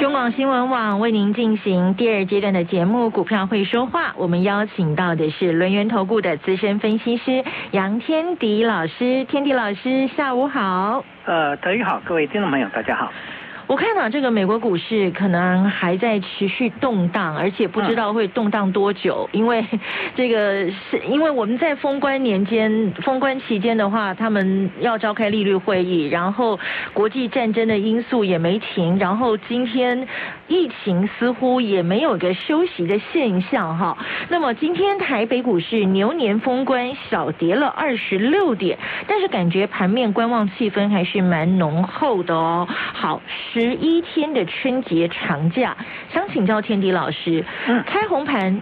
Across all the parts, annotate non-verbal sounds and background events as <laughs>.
中广新闻网为您进行第二阶段的节目《股票会说话》，我们邀请到的是轮源投顾的资深分析师杨天迪老师。天迪老师，下午好。呃，德语好，各位听众朋友，大家好。我看到、这个美国股市可能还在持续动荡，而且不知道会动荡多久，因为这个是因为我们在封关年间、封关期间的话，他们要召开利率会议，然后国际战争的因素也没停，然后今天疫情似乎也没有一个休息的现象哈。那么今天台北股市牛年封关小跌了二十六点，但是感觉盘面观望气氛还是蛮浓厚的哦。好。十一天的春节长假，想请教天迪老师，嗯开红盘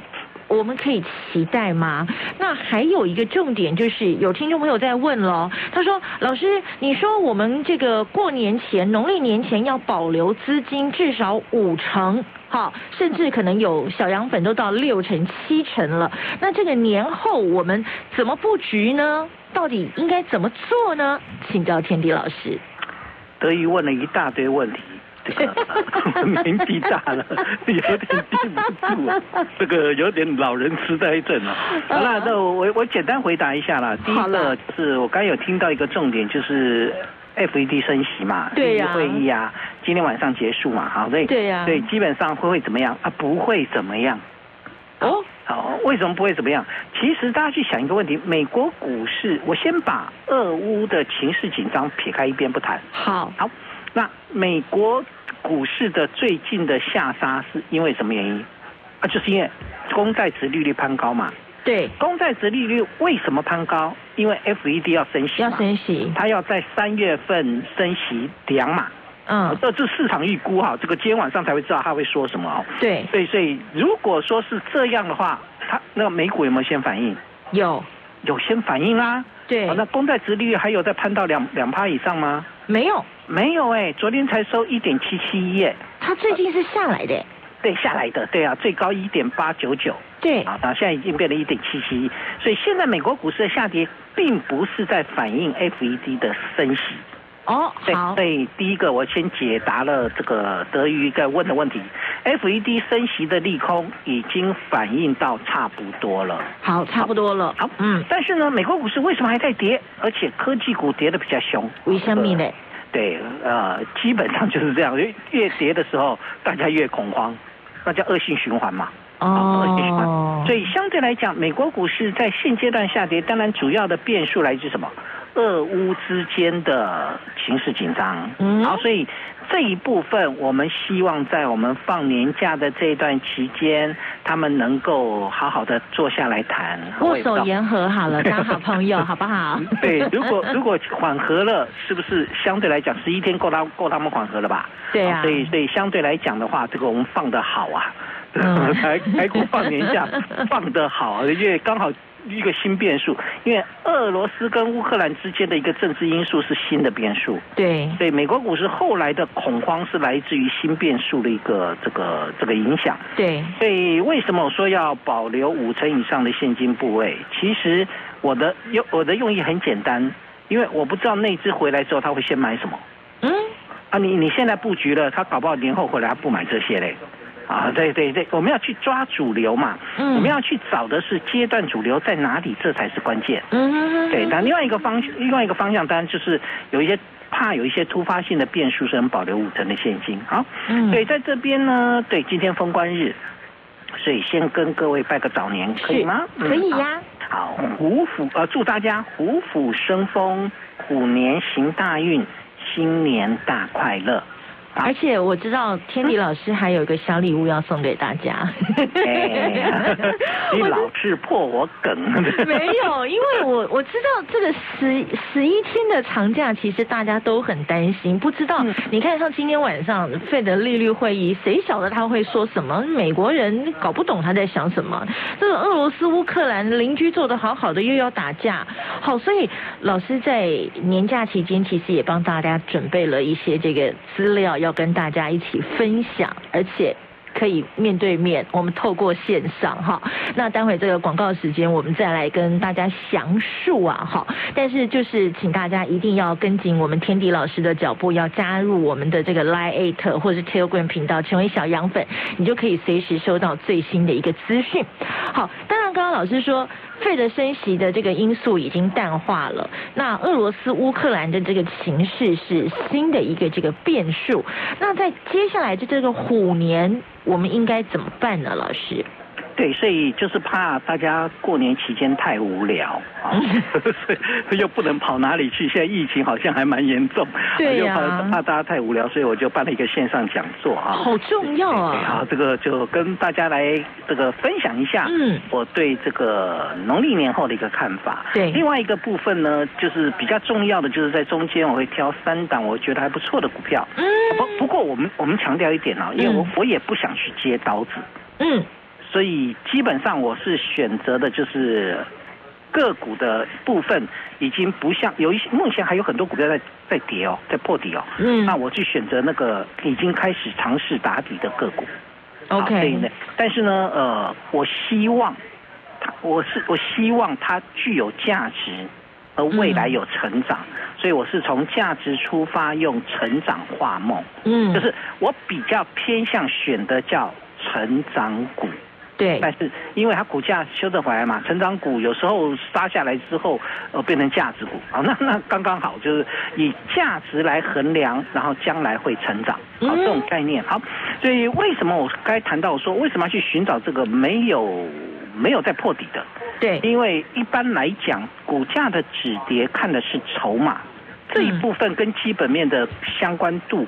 我们可以期待吗？那还有一个重点就是，有听众朋友在问了，哦他说：“老师，你说我们这个过年前、农历年前要保留资金至少五成。”好，甚至可能有小羊粉都到六成、七成了。那这个年后我们怎么布局呢？到底应该怎么做呢？请教天迪老师。德语问了一大堆问题，这个 <laughs> 我年纪大了，有点记不住，啊 <laughs> 这个有点老人痴呆症了、好了，那我我简单回答一下啦。第一嗯好啦个就是我刚有听到一个重点，就是 FED 升息嘛，对呀利率会议啊，今天晚上结束嘛，好，所以对呀所以基本上会会怎么样啊？不会怎么样。哦，好，为什么不会怎么样？其实大家去想一个问题，美国股市，我先把俄乌的情势紧张撇开一边不谈。好，好，那美国股市的最近的下杀是因为什么原因？啊，就是因为公债值利率攀高嘛。对，公债值利率为什么攀高？因为 FED 要升息要嘛，升息，它要在三月份升息两码。嗯，这这市场预估哈，这个今天晚上才会知道他会说什么哦。对，所以，所以如果说是这样的话，它那个美股有没有先反应？有，有先反应啦、对好，那公债殖利率还有再攀到两两趴以上吗？没有，没有哎、昨天才收一点七七一，它最近是下来的，对，下来的，对啊，最高一点八九九，对，啊，那现在已经变成一点七七，所以现在美国股市的下跌，并不是在反映 FED 的升息。哦，对好，对，第一个我先解答了这个德瑜在问的问题，FED 升息的利空已经反映到差不多了。好，差不多了，好，嗯，但是呢，美国股市为什么还在跌？而且科技股跌的比较凶。为什么呢？对，呃，基本上就是这样，越越跌的时候，大家越恐慌，那叫恶性循环嘛。啊恶性循哦环。，所以相对来讲，美国股市在现阶段下跌，当然主要的变数来自什么？俄乌之间的情势紧张。嗯好，所以这一部分我们希望在我们放年假的这一段期间，他们能够好好的坐下来谈。我握也不知手道言和好了，当好朋友，好不 <laughs> 好？嗯对，如果如果缓和了，是不是相对来讲十一天够他够他们缓和了吧？对啊所以所以相对来讲的话，这个我们放的好啊， <laughs> 嗯台台股放年 <laughs> 假放的好，因为刚好。一个新变数，因为俄罗斯跟乌克兰之间的一个政治因素是新的变数，对，所以美国股市后来的恐慌是来自于新变数的一个这个这个影响。对，所以为什么我说要保留五成以上的现金部位？其实我的用我的用意很简单，因为我不知道那只回来之后他会先买什么嗯，啊。你你现在布局了，他搞不好年后回来他不买这些嘞。啊，对对对，我们要去抓主流嘛，嗯我们要去找的是阶段主流在哪里，这才是关键。嗯哼哼，对，那另外一个方另外一个方向，当然就是有一些怕有一些突发性的变数，是很保留五成的现金。好，嗯对，在这边呢，对，今天封关日，所以先跟各位拜个早年，可以吗？是嗯可以呀好。好，虎虎呃，祝大家虎虎生风，虎年行大运，新年大快乐。哎而且我知道天迪老师还有一个小礼物要送给大家。嗯 <laughs> <laughs> 哎你老是破我梗。 <laughs> 没有，因为我我知道这个十十一天的长假，其实大家都很担心，不知道、嗯你看像今天晚上费德利率会议，谁晓得他会说什么？美国人搞不懂他在想什么。这个俄罗斯、乌克兰邻居做的好好的，又要打架，好，所以老师在年假期间其实也帮大家准备了一些这个资料，要跟大家一起分享，而且。可以面对面，我们透过线上哈。那待会这个广告时间，我们再来跟大家详述啊哈。但是就是请大家一定要跟紧我们天迪老师的脚步，要加入我们的这个 Line Eight 或是 Telegram 频道，成为小羊粉，你就可以随时收到最新的一个资讯。好，当然刚刚老师说。费的升息的这个因素已经淡化了，那俄罗斯乌克兰的这个情势是新的一个这个变数。那在接下来的这个虎年，我们应该怎么办呢？老师，对，所以就是怕大家过年期间太无聊 <laughs> 啊，所以又不能跑哪里去。现在疫情好像还蛮严重，对 <laughs> 呀又怕怕大家太无聊，所以我就办了一个线上讲座啊。好重要对啊！好，这个就跟大家来这个分享一下，嗯我对这个农历年后的一个看法。对另外一个部分呢，就是比较重要的，就是在中间我会挑三档我觉得还不错的股票。嗯不不过我们我们强调一点啊，因为我嗯我也不想去接刀子，嗯，所以基本上我是选择的就是个股的部分，已经不像有一些目前还有很多股票在在跌哦，在破底哦。嗯那我去选择那个已经开始尝试打底的个股。好 OK 所以呢，但是呢，呃，我希望它，我是我希望它具有价值，而未来嗯有成长，所以我是从价值出发，用成长画梦，嗯，就是我比较偏向选的叫成长股。对，但是因为它股价修正回来嘛，成长股有时候杀下来之后，呃，变成价值股啊，那那刚刚好，就是以价值来衡量，然后将来会成长，好、嗯这种概念。好，所以为什么我该谈到说为什么要去寻找这个没有没有在破底的？对，因为一般来讲，股价的止跌看的是筹码这一部分跟基本面的相关度，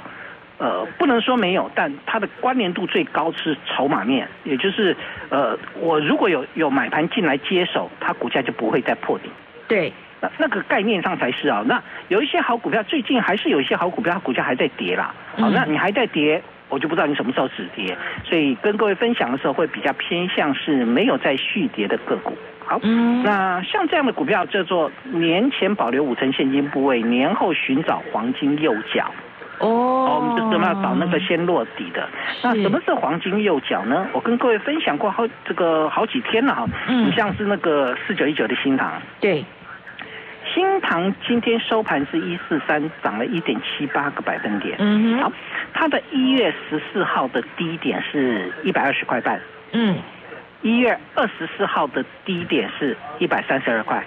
呃，不能说没有，但它的关联度最高是筹码面，也就是呃，我如果有有买盘进来接手，它股价就不会再破底。对，那那个概念上才是啊。那有一些好股票，最近还是有一些好股票，它股价还在跌啦。好、嗯那你还在跌，我就不知道你什么时候止跌。所以跟各位分享的时候，会比较偏向是没有在续跌的个股。好，嗯那像这样的股票叫做年前保留五成现金部位，年后寻找黄金右脚。哦，好，我们就是要找那个先落底的。那是什么是黄金右脚呢？我跟各位分享过好这个好几天了哈。嗯你像是那个四九一九的新塘，对，新塘今天收盘是一四三，涨了一点七八个百分点。嗯好哼，，它的一月十四号的低点是一百二十块半，嗯，一月二十四号的低点是一百三十二块，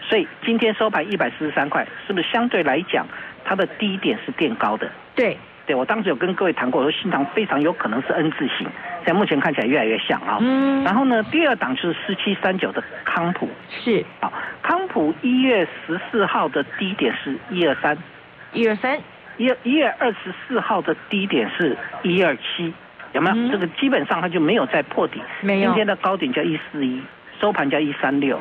所以今天收盘一百四十三块，是不是相对来讲它的低点是垫高的？对，对我当时有跟各位谈过，我说新塘非常有可能是 N 字形，现在目前看起来越来越像啊。嗯，然后呢，第二档就是四七三九的康普，是好，康普一月十四号的低点是一二三，一二三，一一月二十四号的低点是一二七，有没有？嗯这个基本上它就没有再破底，没有今天的高点叫一四一，收盘叫一三六。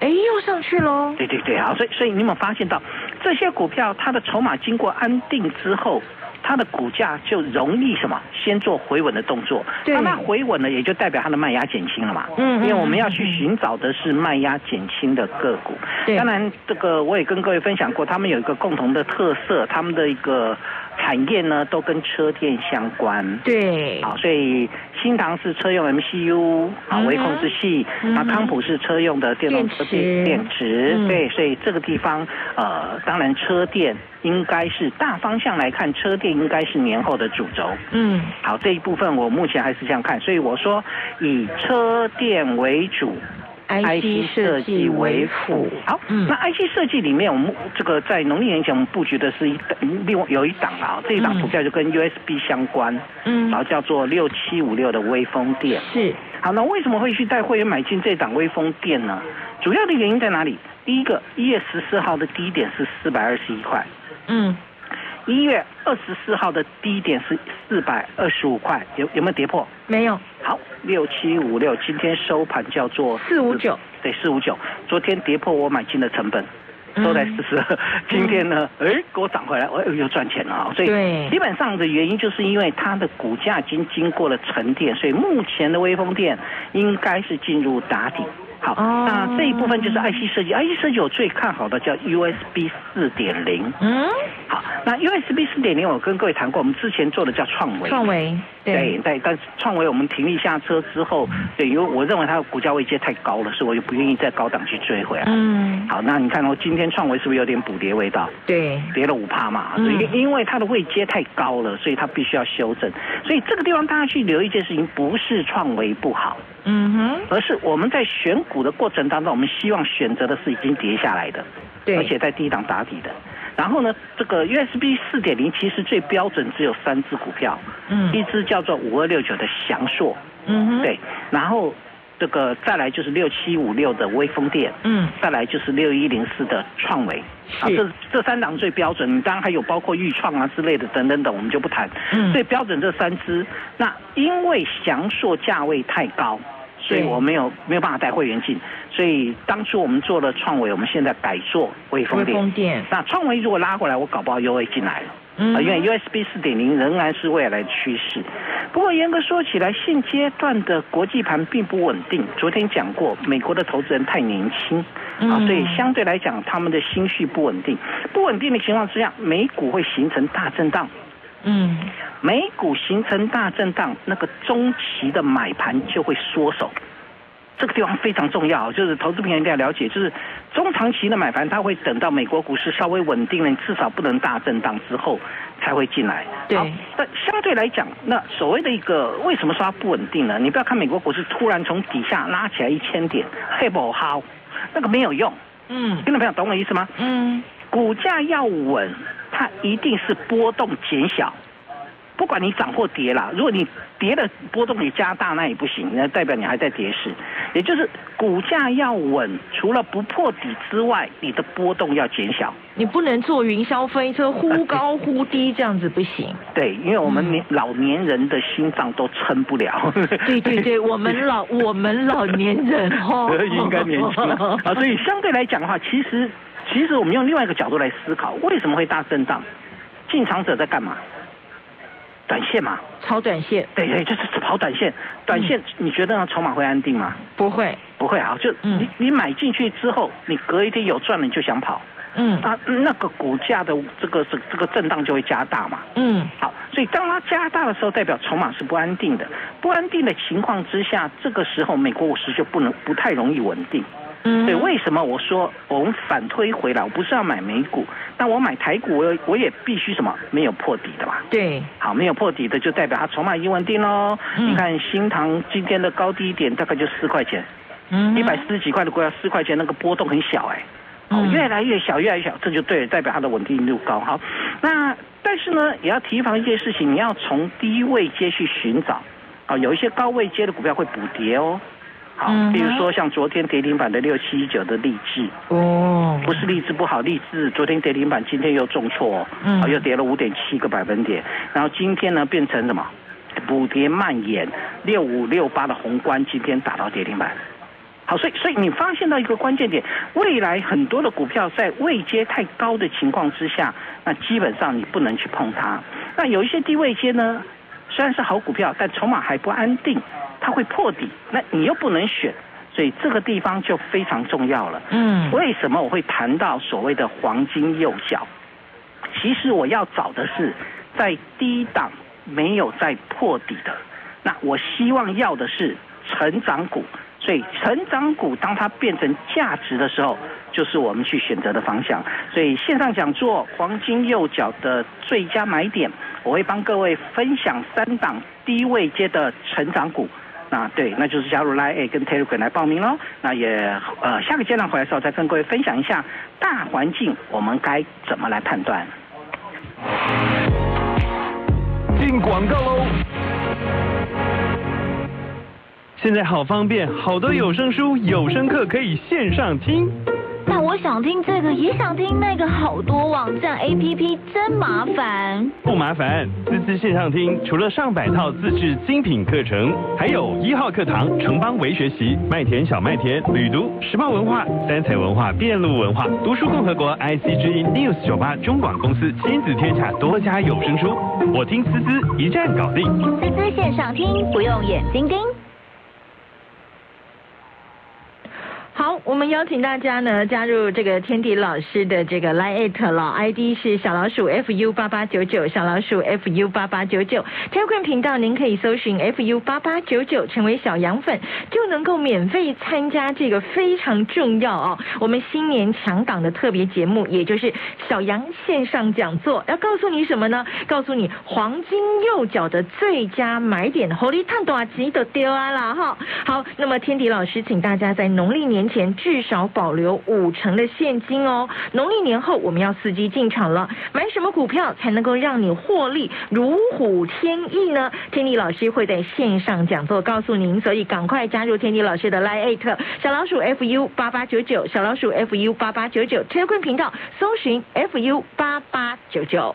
哎，又上去喽，对对对，好，所以所以你有没有发现到这些股票它的筹码经过安定之后？它的股价就容易什么？先做回稳的动作。对那它回稳了，也就代表它的卖压减轻了嘛。嗯嗯因为我们要去嗯嗯寻找的是卖压减轻的个股。对当然，这个我也跟各位分享过，他们有一个共同的特色，他们的一个产业呢都跟车电相关。对，好，所以新唐是车用 MCU 啊，嗯哼微控制器，嗯那哼康普是车用的电动车电池电电池，嗯对，所以这个地方呃，当然车电应该是大方向来看，车电应该是年后的主轴。嗯，好，这一部分我目前还是这样看，所以我说以车电为主。 IC 设计为辅。好，嗯那 IC 设计里面，我们这个在农历年前我们布局的是一档另外有一档啊，这一档嗯股票就跟 USB 相关，嗯然后叫做六七五六的微风电。是，好，那为什么会去带会员买进这档微风电呢？主要的原因在哪里？第一个，一月十四号的低点是四百二十一块，嗯，一月二十四号的低点是四百二十五块，有有没有跌破？没有，好，六七五六，今天收盘叫做459，对，四五九。昨天跌破我买进的成本，嗯收在四十二。今天呢，哎、给我涨回来，我、哎又赚钱了啊！所以对基本上的原因就是因为它的股价已经经过了沉淀，所以目前的微风电应该是进入打底。好，哦那这一部分就是 IC 设计，IC 设计我最看好的叫 USB 四点零。嗯，好，那 USB 四点零我跟各位谈过，我们之前做的叫创维。创维，对对，对，但是创维我们停利下车之后，对，因为我认为它的股价位阶太高了，所以我就不愿意在高档去追回来。啊嗯，好，那你看哦，今天创维是不是有点补跌味道？对，跌了五趴嘛，嗯所以因为它的位阶太高了，所以它必须要修正。所以这个地方大家去留意一件事情，不是创维不好，嗯哼，而是我们在选股的过程当中，我们希望选择的是已经跌下来的，嗯对，而且在低档打底的。然后呢，这个 USB 四点零其实最标准只有三只股票，嗯，一只叫做五二六九的翔硕，嗯哼，，对，然后这个再来就是六七五六的微风电，嗯，再来就是六一零四的创维，啊，是这这三档最标准，当然还有包括豫创啊之类的等等等，我们就不谈。嗯最标准这三只，那因为翔硕价位太高。所以对我没有没有办法带会员进，所以当初我们做了创维，我们现在改做微风微电。风电，那创维如果拉回来，我搞不好又会进来了。啊，嗯，因为 USB 四点零仍然是未来的趋势。不过严格说起来，现阶段的国际盘并不稳定。昨天讲过，美国的投资人太年轻啊，嗯所以相对来讲，他们的心绪不稳定。不稳定的情况之下，美股会形成大震荡。嗯，美股形成大震荡，那个中期的买盘就会缩手。这个地方非常重要，就是投资朋友一定要了解，就是中长期的买盘，它会等到美国股市稍微稳定了，你至少不能大震荡之后才会进来。对好但相对来讲，那所谓的一个为什么说它不稳定呢？你不要看美国股市突然从底下拉起来一千点，嘿不好，那个没有用。嗯，听众朋友懂我意思吗？嗯，股价要稳，它一定是波动减小。不管你涨或跌啦，如果你跌的波动也加大，那也不行，那代表你还在跌势。也就是股价要稳，除了不破底之外，你的波动要减小。你不能坐云霄飞车，忽高忽低，这样子不行。对，因为我们嗯年、老年人的心脏都撑不了。，对对对，我们 <laughs> 老我们老年人哦应该年 <laughs> 轻啊，啊所以相对来讲的话，其实其实我们用另外一个角度来思考，为什么会大震荡？进场者在干嘛？短线嘛，超短线对对，就是跑短线，短嗯线你觉得呢？筹码会安定吗？不会，不会啊，就嗯你你买进去之后，你隔一天有赚了你就想跑，嗯啊，那个股价的这个这这个震荡就会加大嘛。嗯好，所以当它加大的时候，代表筹码是不安定的，不安定的情况之下，这个时候美国股市就不能不太容易稳定。嗯，对，为什么我说我们反推回来，我不是要买美股，那我买台股，我我也必须什么没有破底的吧？对好，没有破底的就代表它筹码已经稳定喽。嗯你看新塘今天的高低点大概就四块钱，嗯一百四十几块的股票四块钱，那个波动很小哎、好嗯越来越小，越来越小，这就对了，代表它的稳定度高。好，那但是呢，也要提防一件事情，你要从低位接去寻找。好，有一些高位接的股票会补跌哦。好嗯哼，比如说像昨天跌停板的六七一九的励志，哦不是励志不好，励志昨天跌停板，今天又重挫、哦，嗯啊又跌了五点七个百分点，然后今天呢变成什么？补跌蔓延，六五六八的宏观今天打到跌停板。好，所以所以你发现到一个关键点，未来很多的股票在位阶太高的情况之下，那基本上你不能去碰它。那有一些低位阶呢，虽然是好股票，但筹码还不安定，它会破底，那你又不能选，所以这个地方就非常重要了。嗯为什么我会谈到所谓的黄金右脚？其实我要找的是在低档没有在破底的，那我希望要的是成长股。所以成长股当它变成价值的时候，就是我们去选择的方向。所以线上讲座黄金右脚的最佳买点，我会帮各位分享三档低位接的成长股。那对，那就是加入 Line A 跟 Telegram 来报名喽。那也呃，下个阶段回来的时候再跟各位分享一下大环境我们该怎么来判断。进广告喽。现在好方便，好多有声书、有声课可以线上听。到我想听这个，也想听那个，好多网站 APP 真麻烦。不麻烦，滋滋线上听除了上百套自制精品课程，还有一号课堂、城邦微学习、麦田小麦田、旅读、时报文化、三彩文化、遍路文化、读书共和国、IC 之音、News 九八、中广公司、亲子天下多家有声书，我听滋滋一站搞定。滋滋线上听，不用眼睛盯。好，我们邀请大家呢加入这个天迪老师的这个 Line at 老 ID 是小老鼠 fu 八八九九，小老鼠 fu 八八九九。Telegram 频道您可以搜寻 fu 八八九九，成为小羊粉就能够免费参加这个非常重要哦，我们新年强档的特别节目，也就是小羊线上讲座。要告诉你什么呢？告诉你黄金右脚的最佳买点，狐狸探短期的丢啊啦哈。好，那么天迪老师，请大家在农历年前至少保留五成的现金哦。农历年后我们要伺机进场了，买什么股票才能够让你获利如虎添翼呢？天迪老师会在线上讲座告诉您，所以赶快加入天迪老师的 Line at 小老鼠 fu 八八九九，小老鼠 fu 八八九九 t e l e 频道搜寻 fu 八八九九。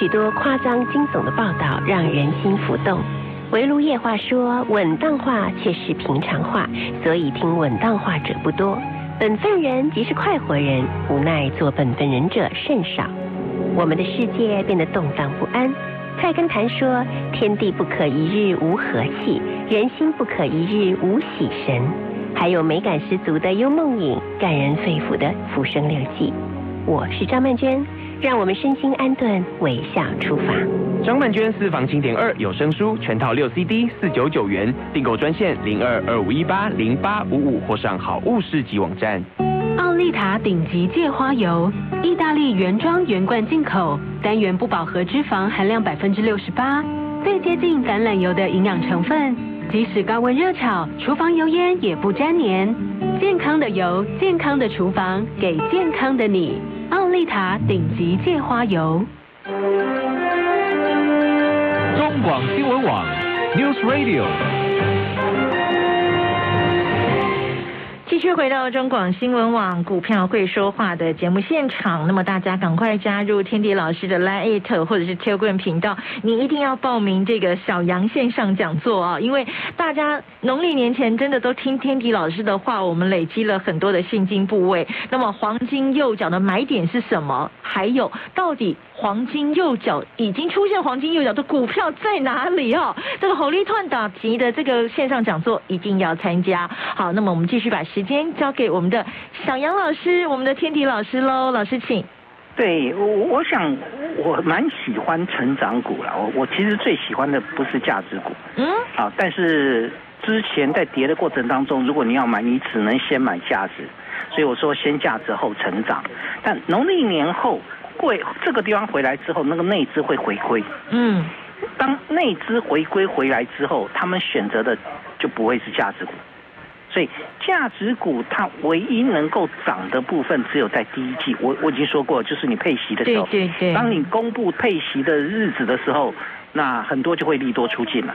许多夸张惊悚的报道让人心浮动。围炉夜话说，稳当话却是平常话，所以听稳当话者不多。本分人即是快活人，无奈做本分人者甚少。我们的世界变得动荡不安。菜根谭说：“天地不可一日无和气，人心不可一日无喜神。”还有美感十足的幽梦影，感人肺腑的浮生六记。我是张曼娟。让我们身心安顿，微笑出发。张曼娟私房经典二有声书全套六 CD 四九九元，订购专线零二二五一八零八五五或上好物市集网站。奥利塔顶级芥花油，意大利原装原罐进口，单元不饱和脂肪含量百分之六十八，最接近橄榄油的营养成分，即使高温热炒，厨房油烟也不粘黏。健康的油，健康的厨房，给健康的你。奥利塔顶级芥花油。中广新闻网，News Radio。继续回到中广新闻网股票会说话的节目现场，那么大家赶快加入天地老师的 Line It 或者是 Telegram 频道，你一定要报名这个小杨线上讲座啊！因为大家农历年前真的都听天地老师的话，我们累积了很多的现金部位。那么黄金右脚的买点是什么？还有到底黄金右脚已经出现黄金右脚的股票在哪里哦、啊？这个侯立团打题的这个线上讲座一定要参加。好，那么我们继续把。时间交给我们的小杨老师，我们的天迪老师喽，老师请。对，我我想我蛮喜欢成长股啦，我我其实最喜欢的不是价值股，嗯，好，但是之前在跌的过程当中，如果你要买，你只能先买价值，所以我说先价值后成长，但农历年后过这个地方回来之后，那个内资会回归，嗯，当内资回归回来之后，他们选择的就不会是价值股。所以价值股它唯一能够涨的部分，只有在第一季。我我已经说过，就是你配息的时候，对对对，当你公布配息的日子的时候，那很多就会利多出尽了。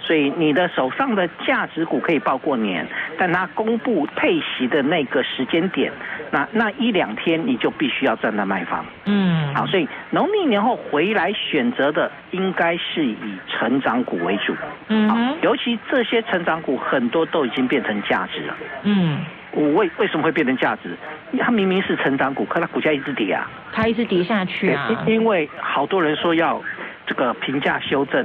所以你的手上的价值股可以报过年，但它公布配息的那个时间点，那那一两天你就必须要站在卖方。嗯，好，所以农历年后回来选择的应该是以成长股为主。嗯好，尤其这些成长股很多都已经变成价值了。嗯，我为为什么会变成价值？它明明是成长股，可它股价一直跌啊。它一直跌下去啊。因因为好多人说要这个评价修正，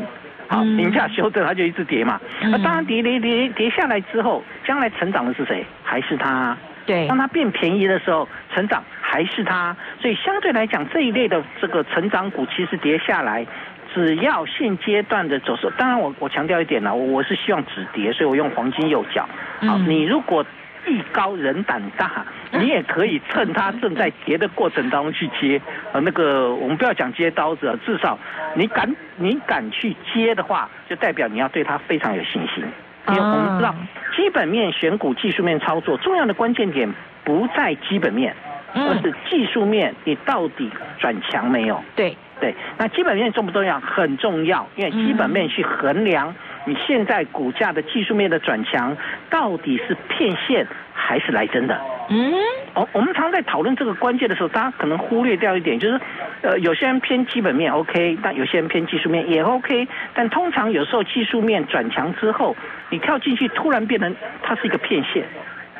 好嗯评价修正，它就一直跌嘛。嗯那当然跌跌跌跌下来之后，将来成长的是谁？还是它啊？对当，它变便宜的时候，成长还是它，所以相对来讲，这一类的这个成长股其实跌下来，只要现阶段的走势，当然我我强调一点啦，我我是希望止跌，所以我用黄金右脚。好，嗯你如果艺高人胆 <laughs> 大，你也可以趁它正在结的过程当中去接。呃，那个我们不要讲接刀子啊，至少你敢你敢去接的话，就代表你要对它非常有信心。因为我们知道啊基本面选股、技术面操作重要的关键点不在基本面，嗯而是技术面你到底转强没有？对，对，那基本面重不重要？很重要，因为基本面去衡量你现在股价的技术面的转强到底是骗线还是来真的。嗯，哦我我们常在讨论这个关键的时候，大家可能忽略掉一点，就是，呃，有些人偏基本面 OK，但有些人偏技术面也 OK，但通常有时候技术面转强之后，你跳进去突然变成它是一个骗线，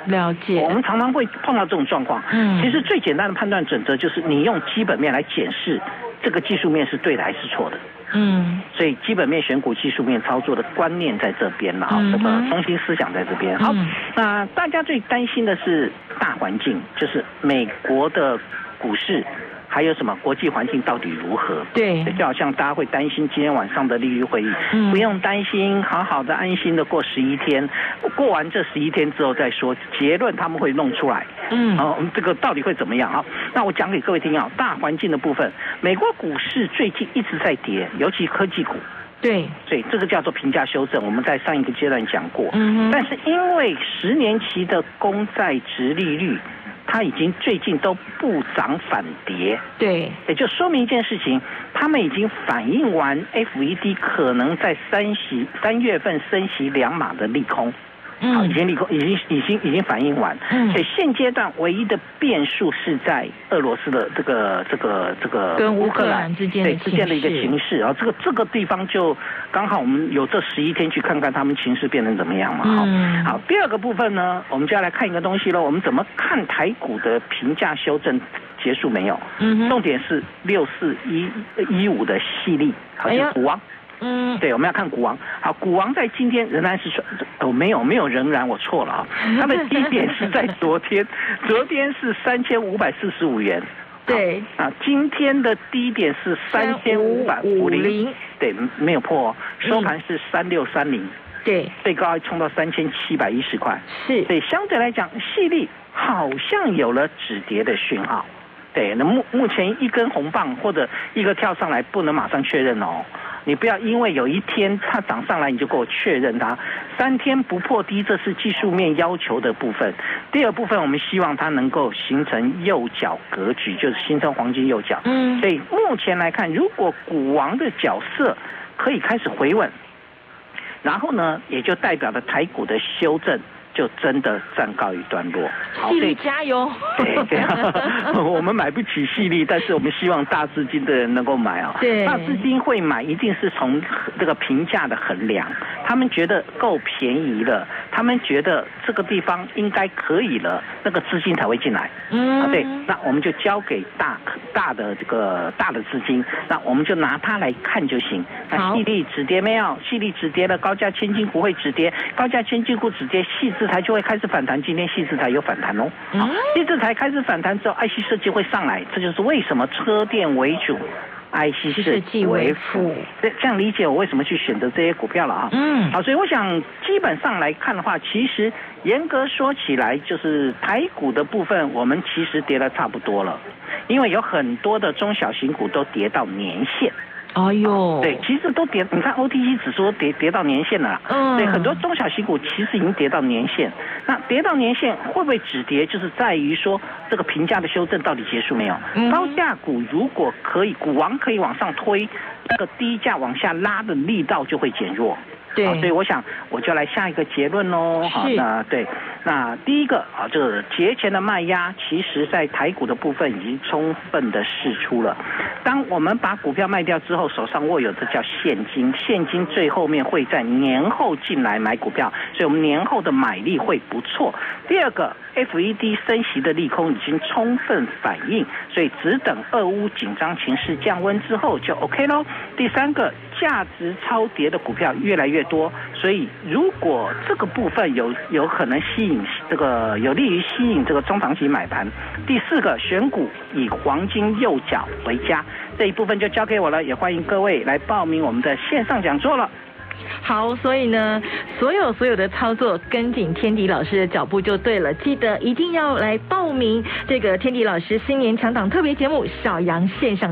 了我解，们常常会碰到这种状况。嗯其实最简单的判断准则就是你用基本面来检视这个技术面是对的还是错的。嗯，所以基本面选股、技术面操作的观念在这边了啊，嗯哼这个中心思想在这边。好嗯，那大家最担心的是大环境，就是美国的股市，还有什么国际环境到底如何？对，就好像大家会担心今天晚上的利率会议，嗯不用担心，好好的安心的过十一天，过完这十一天之后再说结论，他们会弄出来。嗯，哦，这个到底会怎么样啊？那我讲给各位听啊，大环境的部分，美国股市最近一直在跌，尤其科技股，对，所以这个叫做评价修正。我们在上一个阶段讲过，嗯哼，但是因为十年期的公债值利率，它已经最近都不涨反跌，对，也就说明一件事情，他们已经反映完 FED 可能在三息三月份升息两码的利空。好，已嗯，经立功，已经已经已经反映完，嗯所以现阶段唯一的变数是在俄罗斯的这个这个这个跟乌克兰之间的对之间的一个情势情势啊，这个这个地方就刚好我们有这十一天去看看他们情势变成怎么样嘛，好、嗯好，第二个部分呢，我们就要来看一个东西喽，我们怎么看台股的评价修正结束没有？嗯重哼，点是六四一呃一五的犀利，好，哎就呀是股王。嗯，对，我们要看股王。好，股王在今天仍然是创，哦，没有没有，仍然我错了啊。他们低点是在昨天，昨天是三千五百四十五元。对，啊，今天的低点是三千五百五零3550，对，没有破、哦，收盘是三六三零，对，最高还冲到三千七百一十块。是，对，相对来讲，细粒好像有了止跌的讯号。对，那目目前一根红棒或者一个跳上来，不能马上确认哦。你不要因为有一天它涨上来，你就给我确认它。三天不破低，这是技术面要求的部分。第二部分，我们希望它能够形成右脚格局，就是形成黄金右脚。嗯所，以目前来看，如果股王的角色可以开始回稳，然后呢，也就代表了台股的修正就真的暂告一段落。好，继所续以加油， <laughs> 对对 <laughs> 啊，我们买不起细粒，但是我们希望大资金的人能够买啊。对大资金会买，一定是从这个评价的衡量，他们觉得够便宜了，他们觉得这个地方应该可以了，那个资金才会进来。啊，嗯，对，那我们就交给大大的这个大的资金，那我们就拿它来看就行。那好细粒止跌没有？细粒止跌了，高价千金股会止跌，高价千金股止跌，细字材就会开始反弹。今天细字材有反弹哦，好嗯，细字材开始反弹之后，IC 设计会上来，这就是为什么车电为主，IC 设设计计为为辅辅。这这样理解我为什么去选择这些股票了啊？嗯，好，所以我想基本上来看的话，其实严格说起来，就是台股的部分，我们其实跌的差不多了，因为有很多的中小型股都跌到年限，哎呦，对，其实都跌，你看 OTC 指数都跌跌到年限了啦。嗯，对，很多中小型股其实已经跌到年限，那跌到年限会不会止跌，就是在于说这个评价的修正到底结束没有？嗯高价股如果可以，股王可以往上推，那个低价往下拉的力道就会减弱。好所以对，我想我就来下一个结论喽。好，是那对，那第一个啊，这个节前的卖压，其实在台股的部分已经充分的释出了。当我们把股票卖掉之后，手上握有的叫现金，现金最后面会在年后进来买股票，所以我们年后的买力会不错。第二个，FED 升息的利空已经充分反映，所以只等俄乌紧张情势降温之后就 OK 喽。第三个，价值超跌的股票越来越多，所以如果这个部分有有可能吸引这个有利于吸引这个中长期买盘。第四个，选股以黄金右脚为佳，这一部分就交给我了，也欢迎各位来报名我们的线上讲座了。好，所以呢，所有所有的操作跟紧天迪老师的脚步就对了。记得一定要来报名这个天迪老师新年强档特别节目《小羊线上》。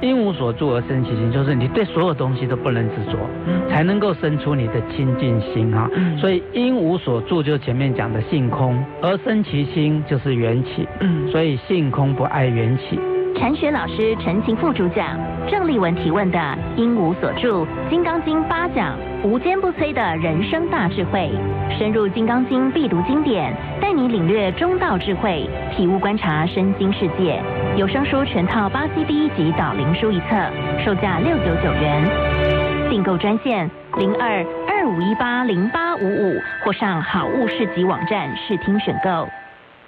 一无所住而生其心，就是你对所有东西都不能执着，才能够生出你的清净心哈、所以因无所住，就是前面讲的性空，而生其心就是缘起。所以性空不爱缘起。禅学老师陈情副主讲，郑丽文提问的“因无所住”《金刚经》八讲，无坚不摧的人生大智慧，深入《金刚经》必读经典，带你领略中道智慧，体悟观察身心世界。有声书全套巴西第一集导灵书一册，售价六九九元，订购专线零二二五一八零八五五或上好物市集网站试听选购。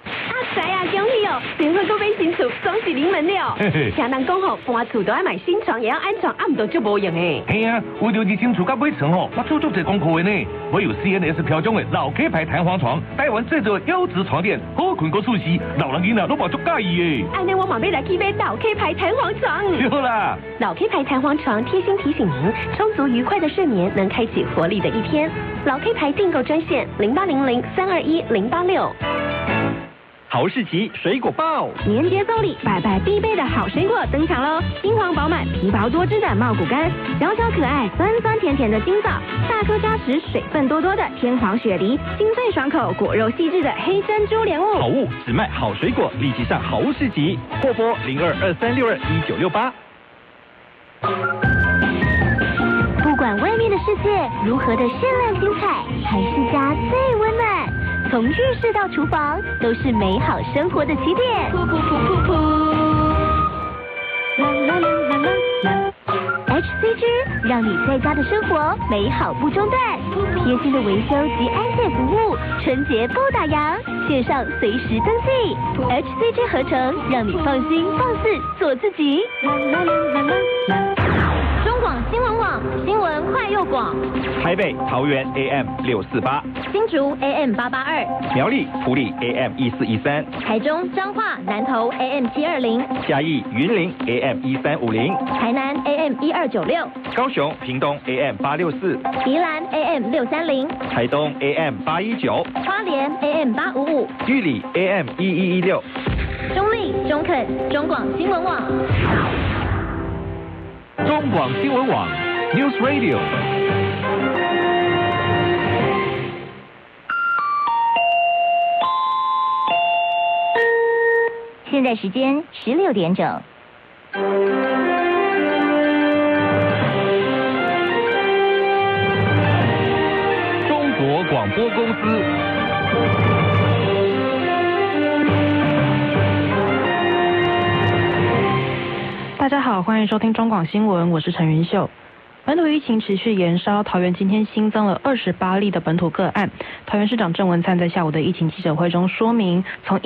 阿仔啊，恭喜哦！订婚都买新厝，恭喜临门了。听人讲吼，搬厝都要买新床，也要安床，啊，唔都足无用诶。嘿啊，为着你清楚甲买床哦，我做足侪功课的呢。我有 CNS 飘中的老 K 牌弹簧床，台湾制作的优质床垫，好困过舒适，老人囡仔拢嘛足介意安尼我嘛要来去买老 K 牌弹簧床。的。对啦，老 K 牌弹簧床贴心提醒您，充足愉快的睡眠能开启活力的一天。老 K 牌订购专线零八零零三二一零八六。好事集水果报。年节送礼，拜拜必备的好水果登场喽！金黄饱满、皮薄多汁的茂谷柑，小巧可爱、酸酸甜甜的金枣，大颗扎实、水分多多的天皇雪梨，清脆爽口、果肉细致的黑珍珠莲雾。好物只卖好水果，立即上好物市集，或拨零二二三六二一九六八。不管外面的世界如何的绚烂精彩，还是家最温暖。从浴室到厨房，都是美好生活的起点。噗噗噗噗噗。啦啦啦啦啦啦。HCG 让你在家的生活美好不中断，贴心的维修及安全服务，春节不打烊，线上随时登记。HCG 合成，让你放心放肆做自己。啦啦啦啦啦。中广新闻网，新闻快又广。台北、桃园 AM 六四八，新竹 AM 八八二，苗栗、埔里 AM 一四一三，台中、彰化、南投 AM 七二零，嘉义、云林 AM 一三五零，台南 AM 一二九六，高雄、屏东 AM 八六四，宜兰 AM 六三零，台东 AM 八一九，花莲 AM 八五五，玉里 AM 一一一六。中立、中肯、中广新闻网。中广新闻网 News Radio。现在时间十六点整。中国广播公司。大家好，欢迎收听中广新闻，我是陈云秀。本土疫情持续延烧，桃园今天新增了二十八例的本土个案。桃园市长郑文灿在下午的疫情记者会中说明，从一